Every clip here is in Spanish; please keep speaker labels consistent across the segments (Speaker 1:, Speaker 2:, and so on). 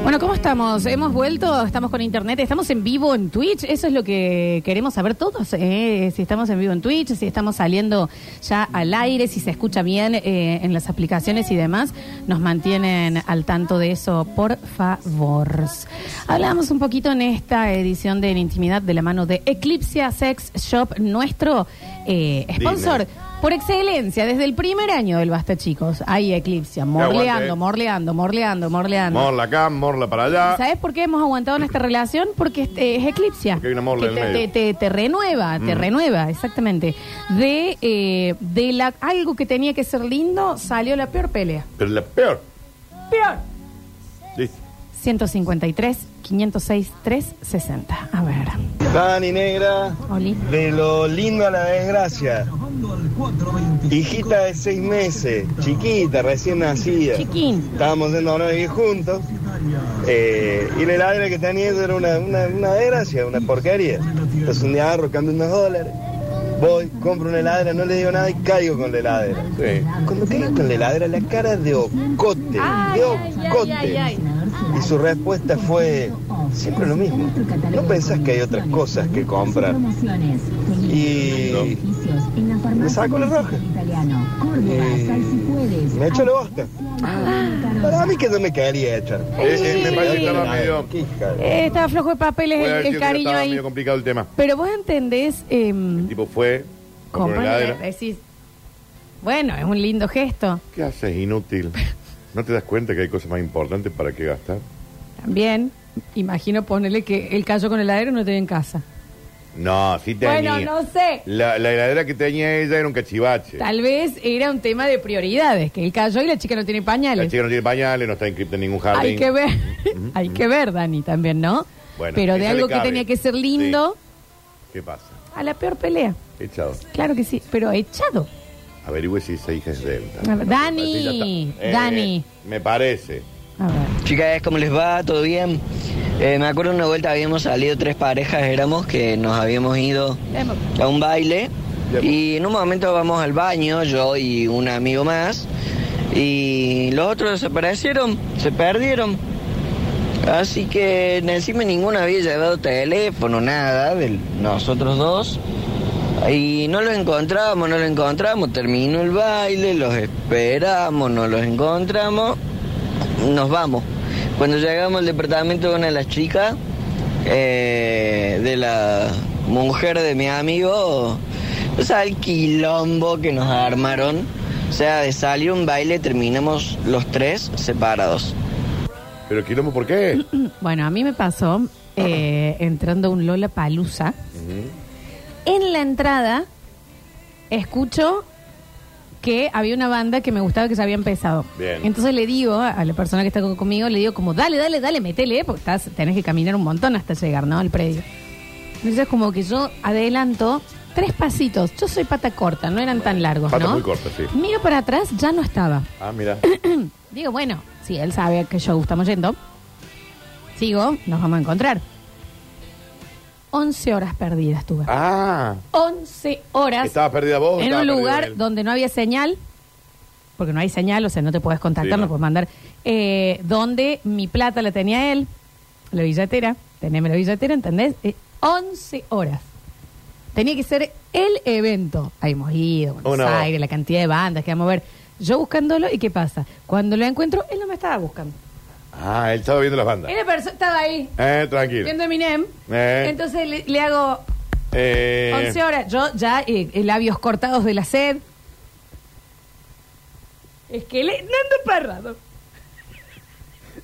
Speaker 1: Bueno, ¿cómo estamos? ¿Hemos vuelto? ¿Estamos con internet? ¿Estamos en vivo en Twitch? Eso es lo que queremos saber todos, ¿eh? si estamos en vivo en Twitch, si estamos saliendo ya al aire, si se escucha bien eh, en las aplicaciones y demás. Nos mantienen al tanto de eso, por favor. Hablamos un poquito en esta edición de En Intimidad de la mano de Eclipse Sex Shop, nuestro eh, sponsor. Por excelencia, desde el primer año del Basta Chicos, hay Eclipse,
Speaker 2: aguante,
Speaker 1: morleando,
Speaker 2: eh.
Speaker 1: morleando, morleando, morleando.
Speaker 2: Morla acá, morla para allá.
Speaker 1: ¿Sabes por qué hemos aguantado en esta relación? Porque este, es eclipsia.
Speaker 2: Porque hay una morla
Speaker 1: Que
Speaker 2: en
Speaker 1: te,
Speaker 2: el medio.
Speaker 1: te- te- te renueva, te
Speaker 2: Mm.
Speaker 1: renueva, exactamente. De, eh, de la, algo que tenía que ser lindo, salió la peor pelea.
Speaker 2: Pero la peor.
Speaker 1: ¡Peor!
Speaker 2: Listo.
Speaker 1: 153, 506, 360. A ver,
Speaker 3: Dani Negra,
Speaker 1: Oli.
Speaker 3: de lo lindo a la desgracia. Hijita de seis meses, chiquita, recién nacida.
Speaker 1: Chiquín.
Speaker 3: Estábamos yendo a una vivir juntos. eh, y el aire que tenía eso era una, una- una desgracia, una porquería. Entonces un día agarro, cambio unos dólares. Voy, compro una heladera, no le digo nada y caigo con la heladera.
Speaker 2: Sí.
Speaker 3: Cuando caigo con la heladera, la cara de ocote,
Speaker 1: Ay,
Speaker 3: de
Speaker 1: ay, ay,
Speaker 3: ocote.
Speaker 1: ay, ay.
Speaker 3: Y su respuesta fue siempre lo mismo. No pensás que hay otras cosas que comprar. Y me saco la Eh. roja. Y me echo la bosta.
Speaker 1: Ah,
Speaker 3: Para mí que yo me quedaría echar.
Speaker 2: Eh, eh, me parece que estaba medio.
Speaker 3: Qué hija de-
Speaker 1: Eh, estaba flojo de papeles
Speaker 2: voy a
Speaker 1: el, el
Speaker 2: decir que
Speaker 1: cariño
Speaker 2: estaba
Speaker 1: ahí.
Speaker 2: medio complicado el tema.
Speaker 1: Pero vos entendés. em,
Speaker 2: El tipo fue. compró una
Speaker 1: comprarle-
Speaker 2: heladera.
Speaker 1: decís, bueno, es un lindo gesto.
Speaker 2: ¿Qué haces? Inútil. ¿No te das cuenta que hay cosas más importantes para que gastar?
Speaker 1: También, imagino ponerle que el callo con el heladero no te ve en casa.
Speaker 2: No, sí tenía.
Speaker 1: Bueno, no sé.
Speaker 2: La, la heladera que tenía ella era un cachivache.
Speaker 1: Tal vez era un tema de prioridades, que él cayó y la chica no tiene
Speaker 2: La
Speaker 1: pañales.
Speaker 2: chica no tiene pañales, no está inscripta en ningún jardín.
Speaker 1: Hay que ver, hay que ver, Dani, también, ¿no?
Speaker 2: Bueno,
Speaker 1: Pero de
Speaker 2: esa
Speaker 1: algo
Speaker 2: le
Speaker 1: que
Speaker 2: cabe.
Speaker 1: tenía que ser lindo,
Speaker 2: ¿Qué pasa?
Speaker 1: a la peor pelea.
Speaker 2: Echado.
Speaker 1: Claro que sí, pero echado.
Speaker 2: Averigüe si esa hija es de él.
Speaker 1: A ver, Dani,
Speaker 2: Sí, Ah, ya está. Eh,
Speaker 1: Dani.
Speaker 2: Me parece.
Speaker 1: A ver.
Speaker 4: Chicas, ¿cómo les va? ¿Todo bien? Eh, me acuerdo una vuelta habíamos salido tres parejas, éramos que nos habíamos ido a un baile y en un momento vamos al baño, yo y un amigo más, y los otros desaparecieron, se perdieron. Así que encima ninguno había llevado teléfono, nada, de nosotros dos. Y no los encontramos, no los encontramos, terminó el baile, los esperamos, no los encontramos, nos vamos. Cuando llegamos al departamento de una de las chicas, eh, de la mujer de mi amigo, o sea, el quilombo que nos armaron, o sea, de salir a un baile terminamos los tres separados.
Speaker 2: ¿Pero quilombo por qué?
Speaker 1: Bueno, a mí me pasó eh, entrando a un Lola Palusa. En la entrada escucho que había una banda que me gustaba que ya había empezado.
Speaker 2: Bien.
Speaker 1: Entonces le digo a la persona que está co- conmigo, le digo como, dale, dale, dale, metele, eh, porque estás, tenés que caminar un montón hasta llegar, ¿no? Al predio. Entonces como que yo adelanto tres pasitos. Yo soy pata corta, no eran tan largos,
Speaker 2: Pata
Speaker 1: ¿no?
Speaker 2: muy corta, sí.
Speaker 1: Miro para atrás, ya no estaba.
Speaker 2: Ah, mira.
Speaker 1: Digo, bueno, si él sabe a qué show estamos yendo, sigo, nos vamos a encontrar. 11 horas perdidas tuve.
Speaker 2: Ah.
Speaker 1: 11 horas
Speaker 2: Estabas perdida vos. o
Speaker 1: en
Speaker 2: estaba
Speaker 1: un
Speaker 2: perdido
Speaker 1: lugar
Speaker 2: él?
Speaker 1: donde no había señal, porque no hay señal, o sea, no te puedes contactar,
Speaker 2: Sí,
Speaker 1: no,
Speaker 2: no.
Speaker 1: puedes mandar, eh, donde mi plata la tenía él, la billetera, teneme la billetera, ¿entendés? Eh, 11 horas. Tenía que ser el evento. Ahí hemos ido, Buenos
Speaker 2: Una-
Speaker 1: Aires, la cantidad de bandas que vamos a ver. Yo buscándolo, ¿y qué pasa? Cuando lo encuentro, él no me estaba buscando.
Speaker 2: Ah, él estaba viendo las bandas.
Speaker 1: Era perso- estaba ahí,
Speaker 2: Eh, tranquilo.
Speaker 1: viendo Eminem.
Speaker 2: Eh.
Speaker 1: Entonces le, le hago
Speaker 2: Eh,
Speaker 1: 11 horas. Yo ya eh, eh, labios cortados de la sed. Es que le ando parrado.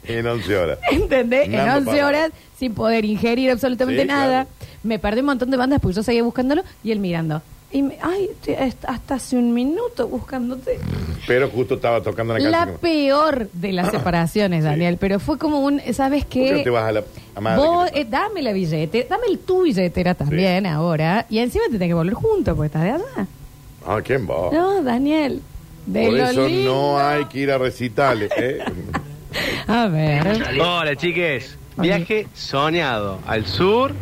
Speaker 2: En 11 horas.
Speaker 1: ¿Entendés? En
Speaker 2: Nando
Speaker 1: 11
Speaker 2: Parrado.
Speaker 1: horas, sin poder ingerir absolutamente
Speaker 2: Sí,
Speaker 1: nada.
Speaker 2: claro.
Speaker 1: Me perdí un montón de bandas porque yo seguía buscándolo y él mirando. Y me- ay, te- hasta hace un minuto buscándote.
Speaker 2: Pero justo estaba tocando la canción.
Speaker 1: La
Speaker 2: que-
Speaker 1: peor de las separaciones, Daniel. Pero fue como un, ¿sabes qué?
Speaker 2: ¿Por qué no te vas a la a madre
Speaker 1: Vos,
Speaker 2: que te
Speaker 1: eh, dame la billetera, dame el tu billetera también ahora. Y encima te tenés que volver juntos porque estás de allá.
Speaker 2: pasa? Ah, ¿quién va?
Speaker 1: No, Daniel. De
Speaker 2: Por
Speaker 1: lo
Speaker 2: eso
Speaker 1: lindo.
Speaker 2: no hay que ir a recitales. ¿eh?
Speaker 1: A ver. ¿Eh?
Speaker 5: Hola chiques,
Speaker 1: Ok.
Speaker 5: viaje soñado al sur,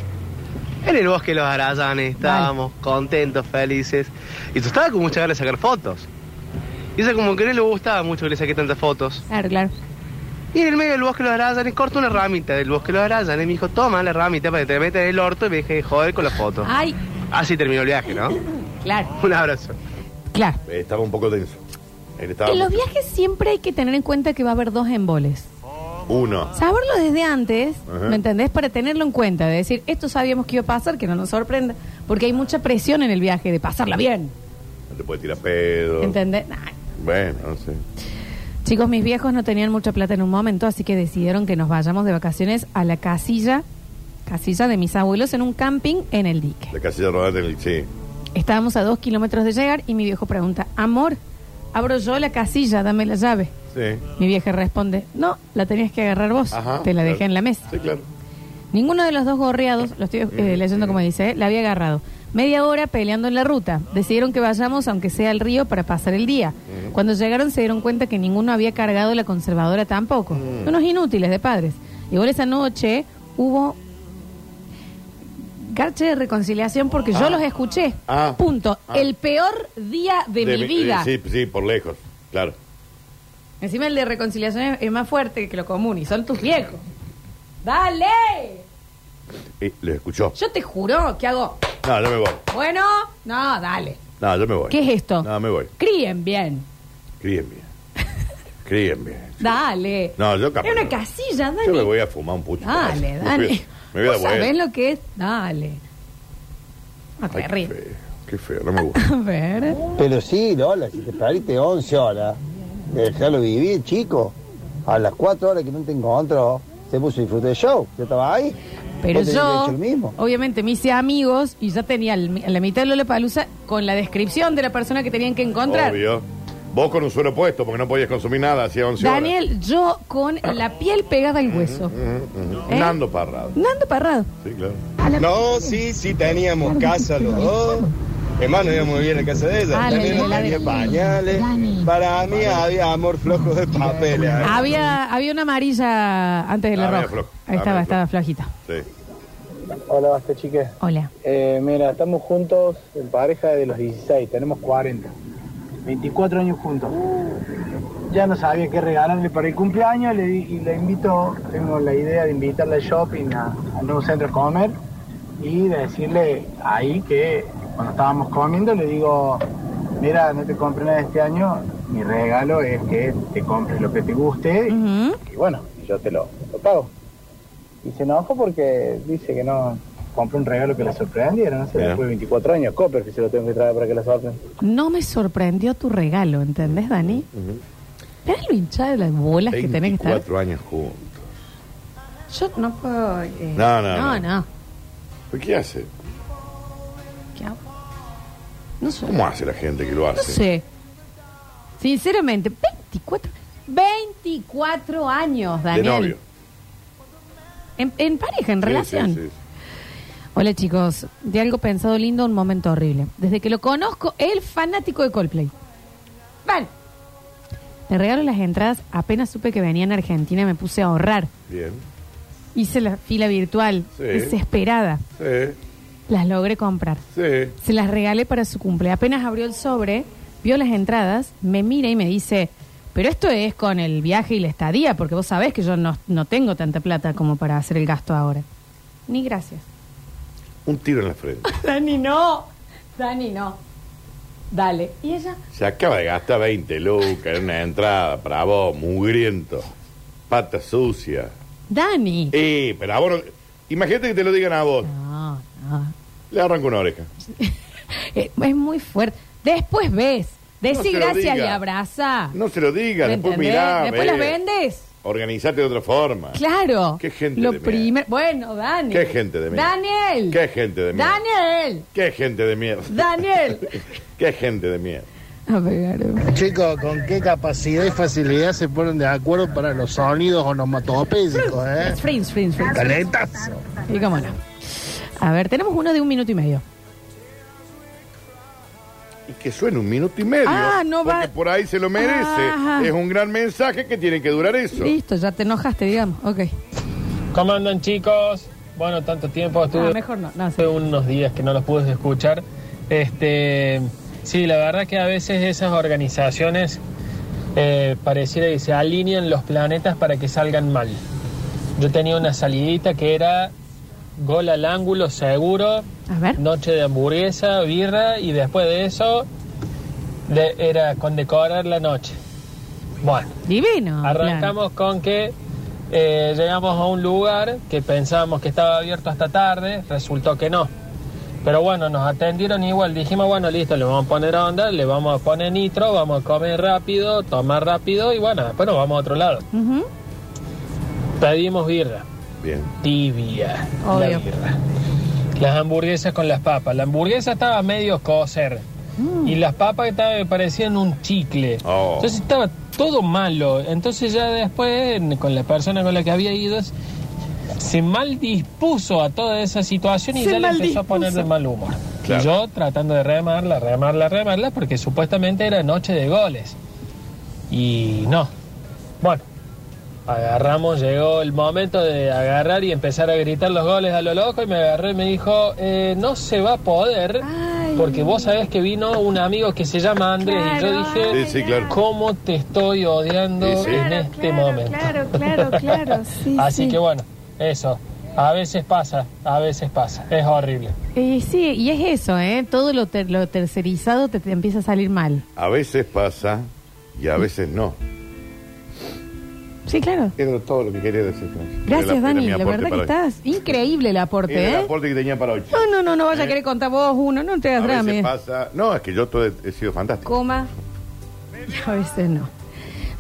Speaker 5: En el bosque de los Arayanes estábamos contentos, felices. Y yo estaba con muchas ganas de sacar fotos. Y ella como que no le gustaba mucho que le saqué tantas fotos.
Speaker 1: Claro, claro.
Speaker 5: Y en el medio del bosque de los Arayanes corto una ramita del bosque de los Arayanes. Y me dijo, toma la ramita para que te metas en el orto y me dije, joder con la foto.
Speaker 1: Ay,
Speaker 5: Así terminó el viaje, ¿no?
Speaker 1: claro,
Speaker 5: Un abrazo.
Speaker 1: claro.
Speaker 2: Eh, estaba un poco tenso. Él estaba
Speaker 1: En los
Speaker 2: mucho-
Speaker 1: viajes siempre hay que tener en cuenta que va a haber dos emboles.
Speaker 2: Uno.
Speaker 1: Saberlo desde antes,
Speaker 2: Ajá.
Speaker 1: ¿me entendés? Para tenerlo en cuenta, de decir, esto sabíamos que iba a pasar, que no nos sorprenda, porque hay mucha presión en el viaje de pasarla bien,
Speaker 2: No te puede tirar pedo.
Speaker 1: ¿entendés? Nah.
Speaker 2: Bueno, no sé.
Speaker 1: Chicos, mis viejos no tenían mucha plata en un momento, así que decidieron que nos vayamos de vacaciones a la casilla, casilla de mis abuelos en un camping en el dique.
Speaker 2: La casilla rodante en el sí.
Speaker 1: Estábamos a dos kilómetros de llegar y mi viejo pregunta, amor, abro yo la casilla, dame la llave.
Speaker 2: Sí.
Speaker 1: Mi vieja responde, no, la tenías que agarrar vos,
Speaker 2: Ajá,
Speaker 1: te la dejé
Speaker 2: claro.
Speaker 1: en la mesa.
Speaker 2: Sí, claro.
Speaker 1: Ninguno de los dos gorreados, lo estoy eh, leyendo como dice, eh, la había agarrado. Media hora peleando en la ruta. Decidieron que vayamos, aunque sea al río, para pasar el día. Cuando llegaron se dieron cuenta que ninguno había cargado la conservadora tampoco. Unos inútiles de padres. Igual esa noche hubo garche de reconciliación porque yo los escuché.
Speaker 2: Ah.
Speaker 1: Punto.
Speaker 2: Ah. eh,
Speaker 1: El peor día de, mi vida.
Speaker 2: Sí, sí, por lejos. Claro.
Speaker 1: Encima el de reconciliación es, es más fuerte que lo común y son tus viejos. ¡Dale!
Speaker 2: Y lo escuchó.
Speaker 1: Yo te juro que hago...
Speaker 2: No, yo me voy.
Speaker 1: Bueno, no, dale.
Speaker 2: No, yo me voy.
Speaker 1: ¿Qué es esto?
Speaker 2: No, me voy.
Speaker 1: Críen bien.
Speaker 2: Críen bien. Críen bien.
Speaker 1: Dale.
Speaker 2: No, yo capaz
Speaker 1: Es una
Speaker 2: no.
Speaker 1: casilla, Dani.
Speaker 2: Yo me voy a fumar un pucho.
Speaker 1: Dale,
Speaker 2: Me
Speaker 1: Dani.
Speaker 2: voy- Me voy a
Speaker 1: ¿Vos sabés
Speaker 2: dar
Speaker 1: lo que es? Dale. No te
Speaker 2: Ay, qué
Speaker 1: ríes.
Speaker 2: feo, qué feo, no me gusta.
Speaker 1: A ver.
Speaker 6: Pero sí, Lola, si te pariste 11 horas, dejarlo vivir, chico. A las 4 horas que no te encontró, se puso a disfrutar del show. Yo estaba ahí.
Speaker 1: Pero
Speaker 6: Vos tenés
Speaker 1: yo,
Speaker 6: derecho al mismo.
Speaker 1: obviamente, me hice amigos y ya tenía el- la mitad de Lola Palusa con la descripción de la persona que tenían que encontrar.
Speaker 2: Obvio. Vos con un suero puesto, porque no podías consumir nada hacía 11 horas.
Speaker 1: Daniel, yo con la piel pegada al hueso.
Speaker 2: Ujú,
Speaker 1: ¿Eh?
Speaker 2: Nando Parrado.
Speaker 1: Nando Parrado.
Speaker 2: Sí, claro.
Speaker 1: A la-
Speaker 3: No, sí, sí, teníamos casa los dos. Hermano, íbamos a vivir en la casa de ella.
Speaker 1: Ah, la
Speaker 3: También
Speaker 1: de
Speaker 3: no
Speaker 1: la
Speaker 3: tenía
Speaker 1: de-
Speaker 3: pañales. Para mí había amor flojo de papeles. ¿eh?
Speaker 1: Había, había una amarilla antes de la
Speaker 2: Ah, medio
Speaker 1: roja.
Speaker 2: flojo.
Speaker 1: Ahí
Speaker 2: Ah,
Speaker 1: estaba,
Speaker 2: medio
Speaker 1: estaba flojita.
Speaker 2: Sí.
Speaker 7: Hola, basta, chiques.
Speaker 1: Hola.
Speaker 7: Eh, mira, estamos juntos en pareja de los 16, tenemos 40. 24 años juntos. Ya no sabía qué regalarle para el cumpleaños le, di- y le invito, tengo la idea de invitarle al shopping, a, a un centro a comer y decirle ahí que cuando estábamos comiendo le digo, mira, no te compré nada este año, mi regalo es que te compres lo que te guste y
Speaker 1: Ujú.
Speaker 7: y bueno, yo te lo, lo pago. Y se enojó porque dice que no compró un regalo que la sorprendiera, no sé,
Speaker 2: Bien.
Speaker 7: después de 24 años, Copper, que se lo tengo que traer para que la sorprenda.
Speaker 1: No me sorprendió tu regalo, ¿entendés, Dani? ¿Tenés lo hinchada de las bolas que tenés que estar?
Speaker 2: 24 años juntos.
Speaker 1: Yo no puedo... eh,
Speaker 2: No, no,
Speaker 1: No,
Speaker 2: no.
Speaker 1: no.
Speaker 2: ¿Pero qué hace?
Speaker 1: ¿Qué hago? No sé.
Speaker 2: ¿Cómo hace la gente que lo
Speaker 1: No
Speaker 2: hace?
Speaker 1: sé. Sinceramente, 24... 24 años,
Speaker 2: De
Speaker 1: Daniel.
Speaker 2: novio.
Speaker 1: En, en pareja, en
Speaker 2: Sí,
Speaker 1: relación.
Speaker 2: sí, sí, sí.
Speaker 1: Hola chicos, de algo pensado lindo, un momento horrible. Desde que lo conozco, el fanático de Coldplay. Vale. Le regalo las entradas, apenas supe que venía en Argentina, me puse a ahorrar.
Speaker 2: Bien.
Speaker 1: Hice la fila virtual,
Speaker 2: Sí.
Speaker 1: desesperada.
Speaker 2: Sí,
Speaker 1: Las logré comprar.
Speaker 2: sí.
Speaker 1: Se las regalé para su cumple. Apenas abrió el sobre, vio las entradas, me mira y me dice, pero esto es con el viaje y la estadía, porque vos sabés que yo no, no tengo tanta plata como para hacer el gasto ahora. Ni gracias.
Speaker 2: Un tiro en la frente.
Speaker 1: Dani, no. Dani, no. Dale. ¿Y ella?
Speaker 2: Se acaba de gastar 20 lucas en una entrada para vos, mugriento. Pata sucia.
Speaker 1: Dani.
Speaker 2: Eh, pero a vos no- Imagínate que te lo digan a vos.
Speaker 1: No, no.
Speaker 2: Le arranco una oreja.
Speaker 1: Eh, es muy fuerte. Después ves.
Speaker 2: No se
Speaker 1: Decí
Speaker 2: lo
Speaker 1: gracias y
Speaker 2: diga.
Speaker 1: abraza.
Speaker 2: No se lo digas,
Speaker 1: ¿Me
Speaker 2: después
Speaker 1: entendés?
Speaker 2: mirá.
Speaker 1: Después
Speaker 2: ve.
Speaker 1: las vendes.
Speaker 2: Organizate de otra forma.
Speaker 1: Claro.
Speaker 2: Qué gente
Speaker 1: Lo
Speaker 2: de mierda.
Speaker 1: primer... Bueno, Dani.
Speaker 2: Qué gente de mierda.
Speaker 1: Daniel.
Speaker 2: Qué gente de mierda.
Speaker 1: Daniel.
Speaker 2: Qué gente de mierda.
Speaker 1: Daniel.
Speaker 2: Qué gente de mierda.
Speaker 1: A ver.
Speaker 8: Chicos, con qué capacidad y facilidad se ponen de acuerdo para los sonidos onomatopédicos, ¿eh?
Speaker 1: Friends, friends, friends.
Speaker 8: Calentazo.
Speaker 1: Y cómo no. A ver, tenemos uno de un minuto y medio.
Speaker 2: Y que suene un minuto y medio.
Speaker 1: Ah, no va-
Speaker 2: Porque por ahí se lo merece.
Speaker 1: Ajá.
Speaker 2: Es un gran mensaje que tiene que durar eso.
Speaker 1: Listo, ya te enojaste, digamos. Ok.
Speaker 9: ¿Cómo andan chicos? Bueno, tanto tiempo,
Speaker 1: Ah,
Speaker 9: estuve
Speaker 1: mejor no. no sí.
Speaker 9: hace unos días que no los pude escuchar. Este, sí, la verdad que a veces esas organizaciones eh, pareciera que se alinean los planetas para que salgan mal. Yo tenía una salidita que era gol al ángulo seguro,
Speaker 1: A ver.
Speaker 9: noche de hamburguesa, birra y después de eso de- era condecorar la noche. Bueno,
Speaker 1: Divino.
Speaker 9: Arrancamos con que eh, llegamos a un lugar que pensábamos que estaba abierto hasta tarde, resultó que no. Pero bueno, nos atendieron igual, dijimos, bueno, listo, le vamos a poner onda, le vamos a poner nitro, vamos a comer rápido, tomar rápido y bueno, después nos vamos a otro lado.
Speaker 1: plan. Ujú.
Speaker 9: Pedimos birra,
Speaker 2: Bien.
Speaker 9: tibia, la
Speaker 1: Obvio.
Speaker 9: birra. Las hamburguesas con las papas. La hamburguesa estaba medio cocer
Speaker 1: Mm.
Speaker 9: y las papas estaban- me parecían un chicle.
Speaker 2: Oh.
Speaker 9: Entonces estaba todo malo. Entonces ya después, en- con la persona con la que había ido, se mal dispuso a toda esa situación y
Speaker 1: Se
Speaker 9: ya le empezó a
Speaker 1: maldispuso.
Speaker 9: poner de mal humor.
Speaker 2: Claro.
Speaker 9: Y yo tratando de remarla, remarla, remarla, porque supuestamente era noche de goles. Y no. Bueno, agarramos, llegó el momento de agarrar y empezar a gritar los goles a lo loco y me agarró y me dijo, eh, no se va a poder,
Speaker 1: Ay.
Speaker 9: porque vos sabés que vino un amigo que se llama Andrés y yo
Speaker 1: Claro,
Speaker 9: dije...
Speaker 2: Sí, sí, claro.
Speaker 9: ¿Cómo te estoy odiando
Speaker 2: Sí, sí.
Speaker 9: en
Speaker 2: Claro,
Speaker 9: este momento?
Speaker 10: Claro, claro, claro. Sí,
Speaker 9: Así
Speaker 10: sí.
Speaker 9: que bueno, eso. A veces pasa, a veces pasa. Es horrible.
Speaker 1: Eh, sí, y es eso, ¿eh? Todo lo, ter- lo tercerizado te, te empieza a salir mal.
Speaker 2: A veces pasa y a veces no.
Speaker 1: Sí, claro.
Speaker 2: Era todo lo que quería decir. Florencia. Era
Speaker 1: Gracias,
Speaker 2: la- era
Speaker 1: Dani.
Speaker 2: mi
Speaker 1: La
Speaker 2: aporte
Speaker 1: verdad que
Speaker 2: para hoy.
Speaker 1: estás increíble el aporte,
Speaker 2: Era el
Speaker 1: ¿eh?
Speaker 2: aporte que tenía para hoy.
Speaker 1: No, no, no, no vaya
Speaker 2: Eh.
Speaker 1: a querer contar vos uno, no te hagas
Speaker 2: A
Speaker 1: drama.
Speaker 2: veces
Speaker 1: ¿eh?
Speaker 2: pasa... No, es que yo todo he, he sido fantástico.
Speaker 1: Coma. Y a veces no.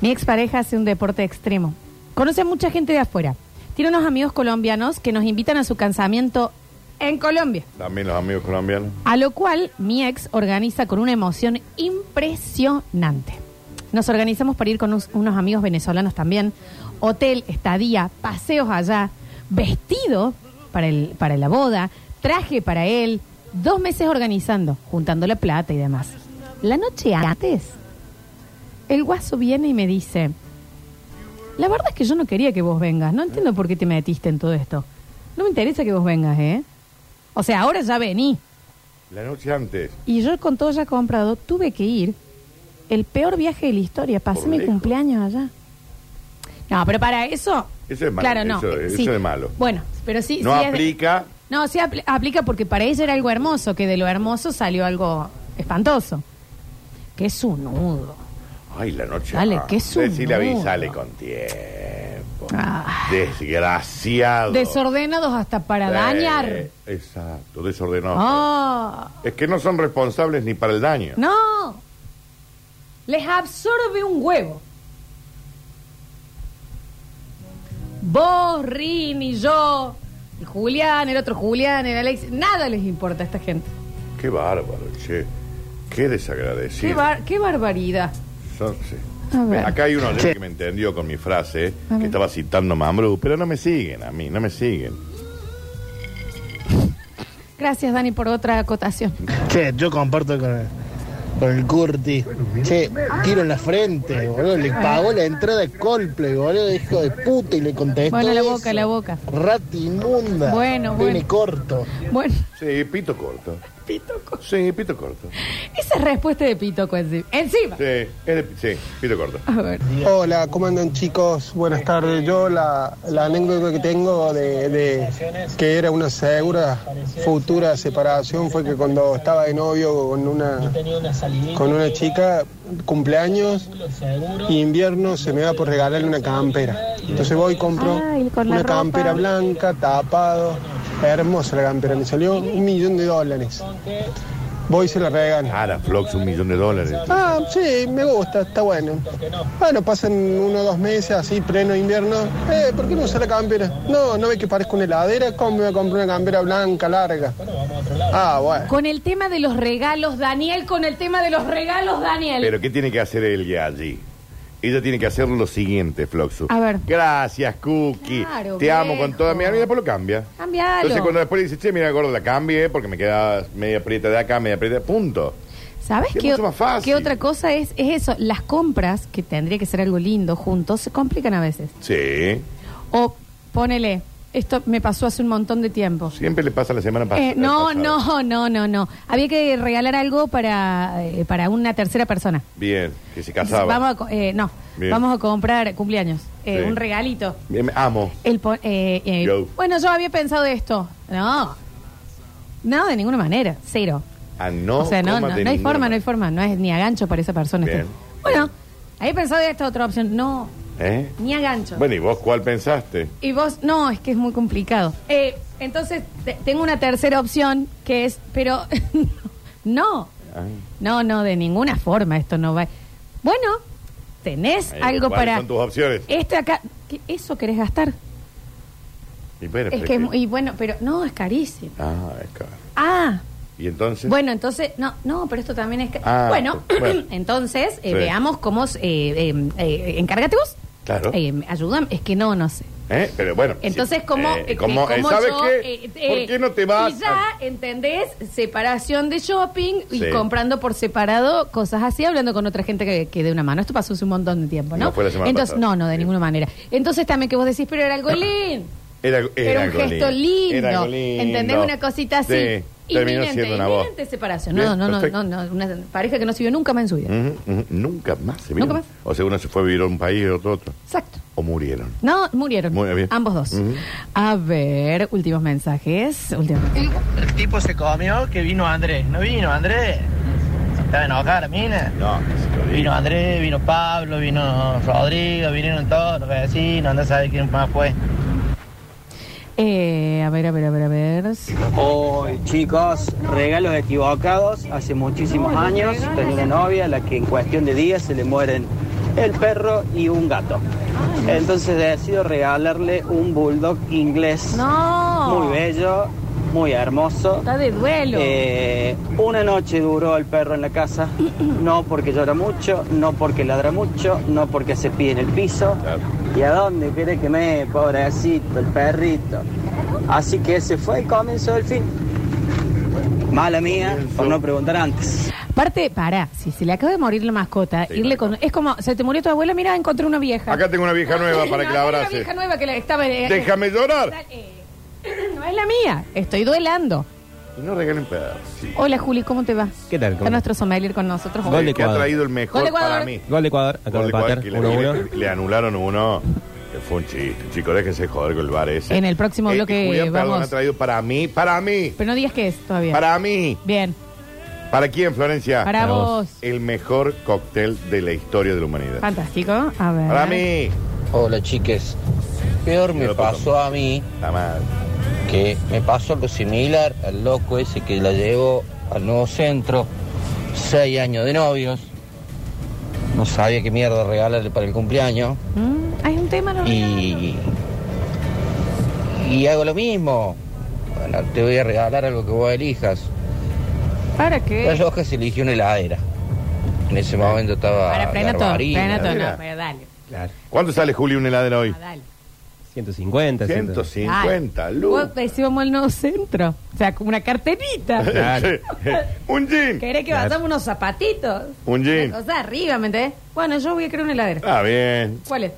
Speaker 1: Mi expareja hace un deporte extremo. Conoce a mucha gente de afuera. Tiene unos amigos colombianos que nos invitan a su casamiento en Colombia.
Speaker 2: También los amigos colombianos.
Speaker 1: A lo cual mi ex organiza con una emoción impresionante. Nos organizamos para ir con uns- unos amigos venezolanos también. Hotel, estadía, paseos allá, vestido para, el, para la boda, traje para él, dos meses organizando, juntando la plata y demás. La noche antes, el guaso viene y me dice, la verdad es que yo no quería que vos vengas, no entiendo por qué te metiste en todo esto. No me interesa que vos vengas, ¿eh? O sea, ahora ya vení.
Speaker 2: La noche antes.
Speaker 1: Y yo con todo ya comprado, tuve que ir. El peor viaje de la historia. Pasé
Speaker 2: Por
Speaker 1: mi
Speaker 2: lejos.
Speaker 1: cumpleaños allá. No, pero para eso...
Speaker 2: Eso es malo,
Speaker 1: Claro, no.
Speaker 2: eso-
Speaker 1: eh,
Speaker 2: eso
Speaker 1: sí.
Speaker 2: es malo.
Speaker 1: Bueno, pero sí...
Speaker 2: No
Speaker 1: sí es de-
Speaker 2: aplica.
Speaker 1: No, sí apl- aplica porque para ella era algo hermoso, que de lo hermoso salió algo espantoso. Que es un nudo.
Speaker 2: Ay, la noche
Speaker 1: Dale,
Speaker 2: antes.
Speaker 1: qué sunudo.
Speaker 2: Decile, avisale con tiempo.
Speaker 1: Ah.
Speaker 2: Desgraciado.
Speaker 1: Desordenados hasta para
Speaker 2: Eh,
Speaker 1: dañar.
Speaker 2: Exacto, desordenado.
Speaker 1: Ah.
Speaker 2: Es que no son responsables ni para el daño.
Speaker 1: No. Les absorbe un huevo. Vos, Rini, yo, el Julián, el otro Julián, el Alex, nada les importa a esta gente.
Speaker 2: Qué bárbaro, che. Qué desagradecido.
Speaker 1: Qué, bar- qué barbaridad.
Speaker 2: Son- sí.
Speaker 1: A ver.
Speaker 2: Acá hay uno que me entendió con mi frase,
Speaker 1: A ver.
Speaker 2: que estaba citando Mambrú, pero no me siguen a mí, no me siguen.
Speaker 1: Gracias, Dani, por otra acotación.
Speaker 8: Che, yo comparto con el, con el Curti. Che, tiro en la frente, boludo. Le pagó la entrada de Coldplay, boludo. Hijo de puta y le contestó
Speaker 1: Bueno, la
Speaker 8: eso.
Speaker 1: boca, la boca.
Speaker 8: Rata inmunda.
Speaker 1: Bueno,
Speaker 8: Pene
Speaker 1: bueno.
Speaker 8: corto.
Speaker 1: Bueno,
Speaker 2: Sí, pito corto.
Speaker 1: Pito co-
Speaker 2: Sí, pito corto.
Speaker 1: Esa es respuesta de Pitoco encima. Encima.
Speaker 2: Sí, es de- sí pito corto.
Speaker 1: A ver.
Speaker 7: Hola, ¿cómo andan chicos? Buenas tardes. Yo la, la anécdota que tengo de, de que era una segura futura separación fue que cuando estaba de novio con una,
Speaker 9: Tenía una salida
Speaker 7: con una chica, cumpleaños,
Speaker 9: seguro.
Speaker 7: y invierno se me da por regalarle una campera. Entonces voy y compro
Speaker 10: Ay, con la
Speaker 7: una
Speaker 10: ropa.
Speaker 7: campera blanca, tapado, hermosa la campera, me salió un millón de dólares. Voy y se la regalo.
Speaker 2: Ah, la Flox, un millón de dólares.
Speaker 7: Ah, sí, me gusta, está bueno. Bueno, pasan uno o dos meses así, pleno invierno. Eh, ¿por qué no usar la campera? No, no ve que parezco una heladera, ¿cómo me voy a comprar una campera blanca, larga? Ah, bueno.
Speaker 1: Con el tema de los regalos, Daniel, con el tema de los regalos, Daniel.
Speaker 2: Pero ¿qué tiene que hacer ella allí? Ella tiene que hacer lo siguiente, Floxu.
Speaker 1: A ver.
Speaker 2: Gracias, Cookie.
Speaker 1: Claro,
Speaker 2: Te amo con
Speaker 1: viejo.
Speaker 2: toda mi alma y después lo cambia.
Speaker 1: Cambialo.
Speaker 2: Entonces cuando después le dice, che, mira, gordo, la cambié porque me queda media prieta de acá, media prieta de punto.
Speaker 1: ¿Sabes
Speaker 2: Es
Speaker 1: qué,
Speaker 2: mucho más fácil.
Speaker 1: qué otra cosa es? Es eso, las compras, que tendría que ser algo lindo juntos, se complican a veces.
Speaker 2: Sí.
Speaker 1: O ponele, Esto me pasó hace un montón de tiempo.
Speaker 2: Siempre le pasa la semana pas-
Speaker 1: Eh, no,
Speaker 2: pasada.
Speaker 1: no, no, no, no. Había que regalar algo para, eh, para una tercera persona.
Speaker 2: Bien, que se casaba.
Speaker 1: Vamos a, co- eh, no,
Speaker 2: Bien.
Speaker 1: vamos a comprar cumpleaños, eh,
Speaker 2: Sí.
Speaker 1: un regalito.
Speaker 2: Bien, amo.
Speaker 1: El po- eh, eh,
Speaker 2: Yo.
Speaker 1: bueno, yo había pensado esto. No, no, de ninguna manera, cero.
Speaker 2: Ah, no,
Speaker 1: o sea, no,
Speaker 2: comas
Speaker 1: no,
Speaker 2: de
Speaker 1: no hay
Speaker 2: ninguna
Speaker 1: forma, no
Speaker 2: manera.
Speaker 1: hay forma, no es ni a gancho para esa persona.
Speaker 2: Bien.
Speaker 1: Bueno, había pensado esta otra opción. No,
Speaker 2: ¿Eh?
Speaker 1: ni a gancho.
Speaker 2: Bueno, ¿y vos cuál pensaste?
Speaker 1: Y vos, no, es que es muy complicado. Eh, entonces, te- tengo una tercera opción que es, pero no,
Speaker 2: Ay.
Speaker 1: no, no, de ninguna forma esto no va. Bueno, tenés
Speaker 2: Eh,
Speaker 1: algo
Speaker 2: ¿cuáles
Speaker 1: para...
Speaker 2: son tus opciones?
Speaker 1: Este acá, ¿qué- eso querés gastar.
Speaker 2: Y bueno,
Speaker 1: Es
Speaker 2: pero
Speaker 1: que es
Speaker 2: que-
Speaker 1: muy- y bueno, pero no, es carísimo.
Speaker 2: Ah, es caro.
Speaker 1: Ah,
Speaker 2: ¿Y entonces?
Speaker 1: bueno, entonces, no, no, pero esto también es... ca-
Speaker 2: Ah,
Speaker 1: bueno,
Speaker 2: bueno.
Speaker 1: entonces, eh,
Speaker 2: Sí.
Speaker 1: veamos cómo... se- eh, eh, eh, encárgate vos.
Speaker 2: Claro.
Speaker 1: Eh, ayúdame, es que no, no sé.
Speaker 2: ¿Eh? Pero bueno.
Speaker 1: Entonces,
Speaker 2: sí.
Speaker 1: ¿cómo,
Speaker 2: Eh,
Speaker 1: eh,
Speaker 2: ¿cómo- eh,
Speaker 1: cómo
Speaker 2: ¿Sabes
Speaker 1: yo,
Speaker 2: qué?
Speaker 1: eh, eh,
Speaker 2: ¿Por qué no te vas?
Speaker 1: Y ya,
Speaker 2: a-
Speaker 1: ¿entendés? Separación de shopping y
Speaker 2: Sí.
Speaker 1: comprando por separado cosas así, hablando con otra gente que, que dé una mano. Esto pasó hace un montón de tiempo, ¿no?
Speaker 2: No, fue la semana
Speaker 1: Entonces,
Speaker 2: pasada.
Speaker 1: no, no, de ninguna manera. Entonces, también que vos decís, pero era algo lindo.
Speaker 2: Era,
Speaker 1: Era, un
Speaker 2: algo
Speaker 1: gesto lindo.
Speaker 2: Era algo lindo.
Speaker 1: ¿Entendés? Una cosita así.
Speaker 2: Sí, terminó
Speaker 1: Inminente,
Speaker 2: siendo una voz.
Speaker 1: inminente separación.
Speaker 2: Bien,
Speaker 1: No, no, no,
Speaker 2: perfecto. Mm.
Speaker 1: no, no, Una pareja que no se vio nunca más en su vida.
Speaker 2: Ujú, ujú. Nunca más se
Speaker 1: Nunca
Speaker 2: vieron.
Speaker 1: más.
Speaker 2: O sea, uno se fue a vivir a un país y otro a otro.
Speaker 1: Exacto.
Speaker 2: O murieron.
Speaker 1: No, murieron.
Speaker 2: Muy bien. Mm-hmm.
Speaker 1: Ambos dos.
Speaker 2: Ujú.
Speaker 1: A ver, últimos mensajes. Últimos mensajes.
Speaker 7: El tipo se comió que vino Andrés. ¿No vino Andrés? Estaba enojada la mina.
Speaker 2: No, que se lo diga.
Speaker 7: Vino Andrés, vino Pablo, vino Rodrigo, vinieron todos los vecinos, anda a saber quién más fue.
Speaker 1: Eh, a ver, a ver, a ver, a ver.
Speaker 11: Hoy, chicos, regalos equivocados. Hace muchísimos años tenía una novia a la que en cuestión de días se le mueren el perro y un gato. Entonces decido regalarle un bulldog inglés
Speaker 1: No.
Speaker 11: muy bello, muy hermoso.
Speaker 1: Está de duelo.
Speaker 11: Eh, una noche duró el perro en la casa, no porque llora mucho, no porque ladra mucho, no porque se pide en el piso. ¿Y a dónde quiere que me, pobrecito, el perrito? Así que ese fue el comienzo del fin. Mala mía por no preguntar antes.
Speaker 1: Aparte, para, si se le acaba de morir la mascota, irle con. Es como, se te murió tu abuela, mira, encontré una vieja.
Speaker 2: Acá tengo una vieja nueva para
Speaker 1: No,
Speaker 2: que la
Speaker 1: Una
Speaker 2: abrace.
Speaker 1: vieja nueva que la estaba. eh,
Speaker 2: Déjame llorar.
Speaker 1: eh, no es la mía, estoy duelando.
Speaker 2: Y no regalen pedazos. Sí.
Speaker 1: Hola Juli, ¿cómo te va?
Speaker 12: ¿Qué tal?
Speaker 1: Está
Speaker 12: ¿Cómo?
Speaker 1: nuestro sommelier con nosotros.
Speaker 12: Gol de
Speaker 2: que ha
Speaker 12: Ecuador.
Speaker 2: traído el
Speaker 1: Gol
Speaker 2: mejor
Speaker 1: de Ecuador.
Speaker 2: para mí.
Speaker 12: Gol de Ecuador,
Speaker 2: Gol
Speaker 12: acaba
Speaker 2: de
Speaker 12: de
Speaker 2: Ecuador,
Speaker 12: empatar,
Speaker 2: que le,
Speaker 12: 1-1.
Speaker 2: le- le anularon uno. que Fue un chiste, chicos, déjense joder con el bar ese.
Speaker 1: En el próximo
Speaker 2: Eh,
Speaker 1: bloque
Speaker 2: y Julián Perdón
Speaker 1: vamos.
Speaker 2: ha traído para mí, para mí,
Speaker 1: Pero no digas qué es todavía.
Speaker 2: para mí.
Speaker 1: Bien,
Speaker 2: ¿Para quién, Florencia?
Speaker 1: para,
Speaker 12: Para
Speaker 1: vos.
Speaker 2: El mejor cóctel de la historia de la humanidad.
Speaker 1: Fantástico. A ver.
Speaker 2: Para mí.
Speaker 13: Hola chiques, peor
Speaker 2: Yo
Speaker 13: me
Speaker 2: lo tomo.
Speaker 13: pasó a mí
Speaker 2: La madre.
Speaker 13: que me pasó algo similar al loco ese que la llevó al nuevo centro, seis años de novios, no sabía qué mierda regalarle para el cumpleaños
Speaker 1: Mm, Hay un tema, no
Speaker 13: y, y hago lo mismo. Bueno, te voy a regalar algo que vos elijas.
Speaker 1: ¿Para
Speaker 13: La
Speaker 1: qué?
Speaker 13: loca se eligió una heladera. En ese momento estaba
Speaker 1: Para frena todo.
Speaker 13: Garbarino.
Speaker 1: Frena todo,
Speaker 2: Mira.
Speaker 1: no, pero dale.
Speaker 12: Claro.
Speaker 2: ¿Cuánto sale, Julio, un heladero hoy?
Speaker 1: Ah, dale.
Speaker 12: 150, 100.
Speaker 2: 150, luz.
Speaker 1: Vos pues, decimos el nuevo centro. O sea, como una carterita.
Speaker 12: Claro.
Speaker 2: un jean.
Speaker 1: ¿Querés que
Speaker 12: Claro.
Speaker 1: vayamos unos zapatitos?
Speaker 2: Un jean.
Speaker 1: O sea, arriba, ¿me entendés? Bueno, yo voy a crear una heladera.
Speaker 2: Está bien.
Speaker 1: ¿Cuál es?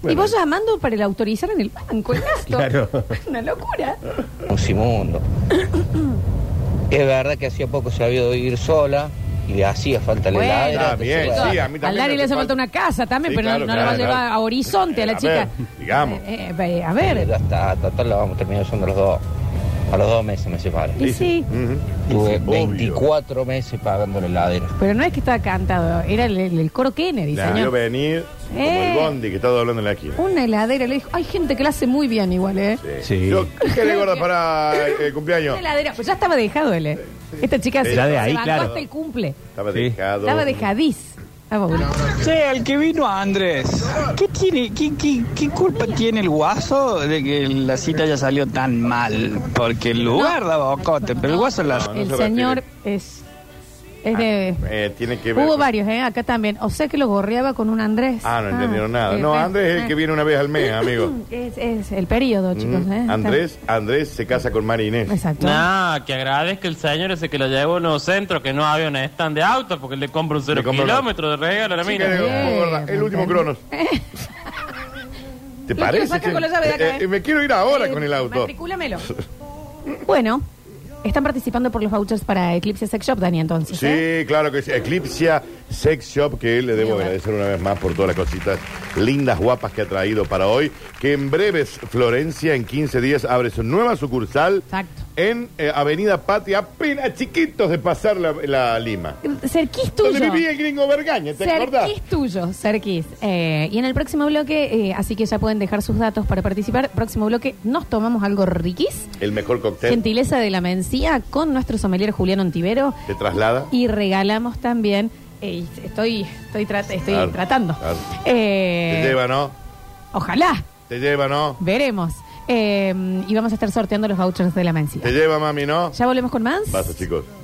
Speaker 2: Bueno.
Speaker 1: Y vos llamando para el autorizar en el banco, el gasto.
Speaker 12: Claro.
Speaker 1: Una locura.
Speaker 13: Musimundo. es verdad que hacía poco se había ido a vivir sola y le hacía falta la
Speaker 1: Bueno,
Speaker 13: heladera.
Speaker 2: Está bien,
Speaker 13: entonces,
Speaker 2: sí,
Speaker 13: bueno,
Speaker 2: a mí también.
Speaker 1: Al Dari
Speaker 2: me
Speaker 1: le hace
Speaker 2: hace
Speaker 1: falta una casa también,
Speaker 2: Sí,
Speaker 1: pero no-
Speaker 2: claro,
Speaker 1: no, la va a
Speaker 2: claro.
Speaker 1: llevar a Horizonte a la
Speaker 2: Eh, a
Speaker 1: chica.
Speaker 2: ver, digamos.
Speaker 1: Eh, eh, a ver.
Speaker 13: Ya está, total la vamos a terminar usando los dos. A los dos meses me separé.
Speaker 1: Y sí,
Speaker 2: Ujú.
Speaker 13: Tuve
Speaker 2: Sí, obvio.
Speaker 13: 24 meses pagando la heladera.
Speaker 1: pero no es que estaba cantado, era el, el- el coro Kennedy,
Speaker 2: La vio
Speaker 1: señor.
Speaker 2: venir como el
Speaker 1: Eh.
Speaker 2: Bondi que está doblando en la esquina.
Speaker 1: Una heladera, le dijo, hay gente que la hace muy bien igual, ¿eh?
Speaker 12: Sí.
Speaker 2: Yo, ¿Qué le guardas para el, el cumpleaños?
Speaker 1: Una heladera, pues ya estaba dejado él, ¿eh? Esta chica se,
Speaker 12: Ya de
Speaker 1: se
Speaker 12: ahí,
Speaker 1: bancó
Speaker 12: claro.
Speaker 1: hasta el cumple.
Speaker 2: Estaba
Speaker 12: Sí.
Speaker 2: dejado.
Speaker 1: Estaba dejadiz. Ah, bueno.
Speaker 11: Che, el que vino Andrés, ¿qué, tiene, qué, qué- qué culpa tiene el guaso de que la cita haya salido tan mal? Porque el lugar daba bocote, pero el guaso la...
Speaker 2: No, no
Speaker 1: El
Speaker 2: se
Speaker 1: señor
Speaker 2: refiere.
Speaker 1: es, es de...
Speaker 2: Eh, tiene que ver.
Speaker 1: Hubo
Speaker 2: con-
Speaker 1: varios, ¿eh? Acá también. O sea que lo gorreaba con un Andrés.
Speaker 2: Ah, no entendieron nada.
Speaker 1: eh,
Speaker 2: No,
Speaker 1: eh,
Speaker 2: Andrés es
Speaker 1: eh.
Speaker 2: el que viene una vez al mes, amigo.
Speaker 1: Es, es el periodo, chicos.
Speaker 2: Mm,
Speaker 1: ¿eh?
Speaker 2: Andrés, Andrés se casa con María Inés.
Speaker 1: Exacto.
Speaker 9: Nah, que agradezca el señor ese que lo llevó a un nuevo centro, que no había un stand de autos, porque le compra un cero
Speaker 2: Le compra un-
Speaker 9: kilómetro de regalo a la
Speaker 2: Sí,
Speaker 9: mina.
Speaker 2: que-
Speaker 1: Bien,
Speaker 2: gorra, el último
Speaker 1: Andrés.
Speaker 2: Cronos. ¿Te
Speaker 1: Lo
Speaker 2: parece?
Speaker 1: quiero sacar
Speaker 2: che?
Speaker 1: con la llave de acá,
Speaker 2: Eh,
Speaker 1: ¿eh?
Speaker 2: eh, me quiero ir ahora
Speaker 1: Eh,
Speaker 2: con el auto.
Speaker 1: Matricúlamelo. bueno, están participando por los vouchers para Eclipse Sex Shop, Dani, entonces.
Speaker 2: Sí,
Speaker 1: ¿eh?
Speaker 2: claro que sí. Eclipsia Sex Shop, que le debo agradecer una vez más por todas las cositas lindas, guapas que ha traído para hoy. Que en breves, Florencia, en 15 días, abre su nueva sucursal en eh, Avenida Patria, apenas chiquitos de pasar la, la Lima.
Speaker 1: Cerquís tuyo.
Speaker 2: ¿Dónde vivía el gringo Vergaña? ¿Te acordás?
Speaker 1: Cerquís tuyo, cerquís. Eh, y en el próximo bloque, eh, así que ya pueden dejar sus datos para participar. Próximo bloque, nos tomamos algo riquís.
Speaker 2: El mejor cóctel
Speaker 1: Gentileza de la Mencía con nuestro sommelier Julián Ontivero.
Speaker 2: te traslada.
Speaker 1: Y regalamos también. eh, estoy estoy, trat- estoy
Speaker 2: Claro,
Speaker 1: tratando.
Speaker 2: claro.
Speaker 1: Eh,
Speaker 2: Te lleva, ¿no?
Speaker 1: Ojalá,
Speaker 2: Te lleva, ¿no?
Speaker 1: veremos. Eh, y vamos a estar sorteando los vouchers de la Mencía.
Speaker 2: Te lleva, mami, ¿no?
Speaker 1: Ya volvemos con más.
Speaker 2: Basta, chicos.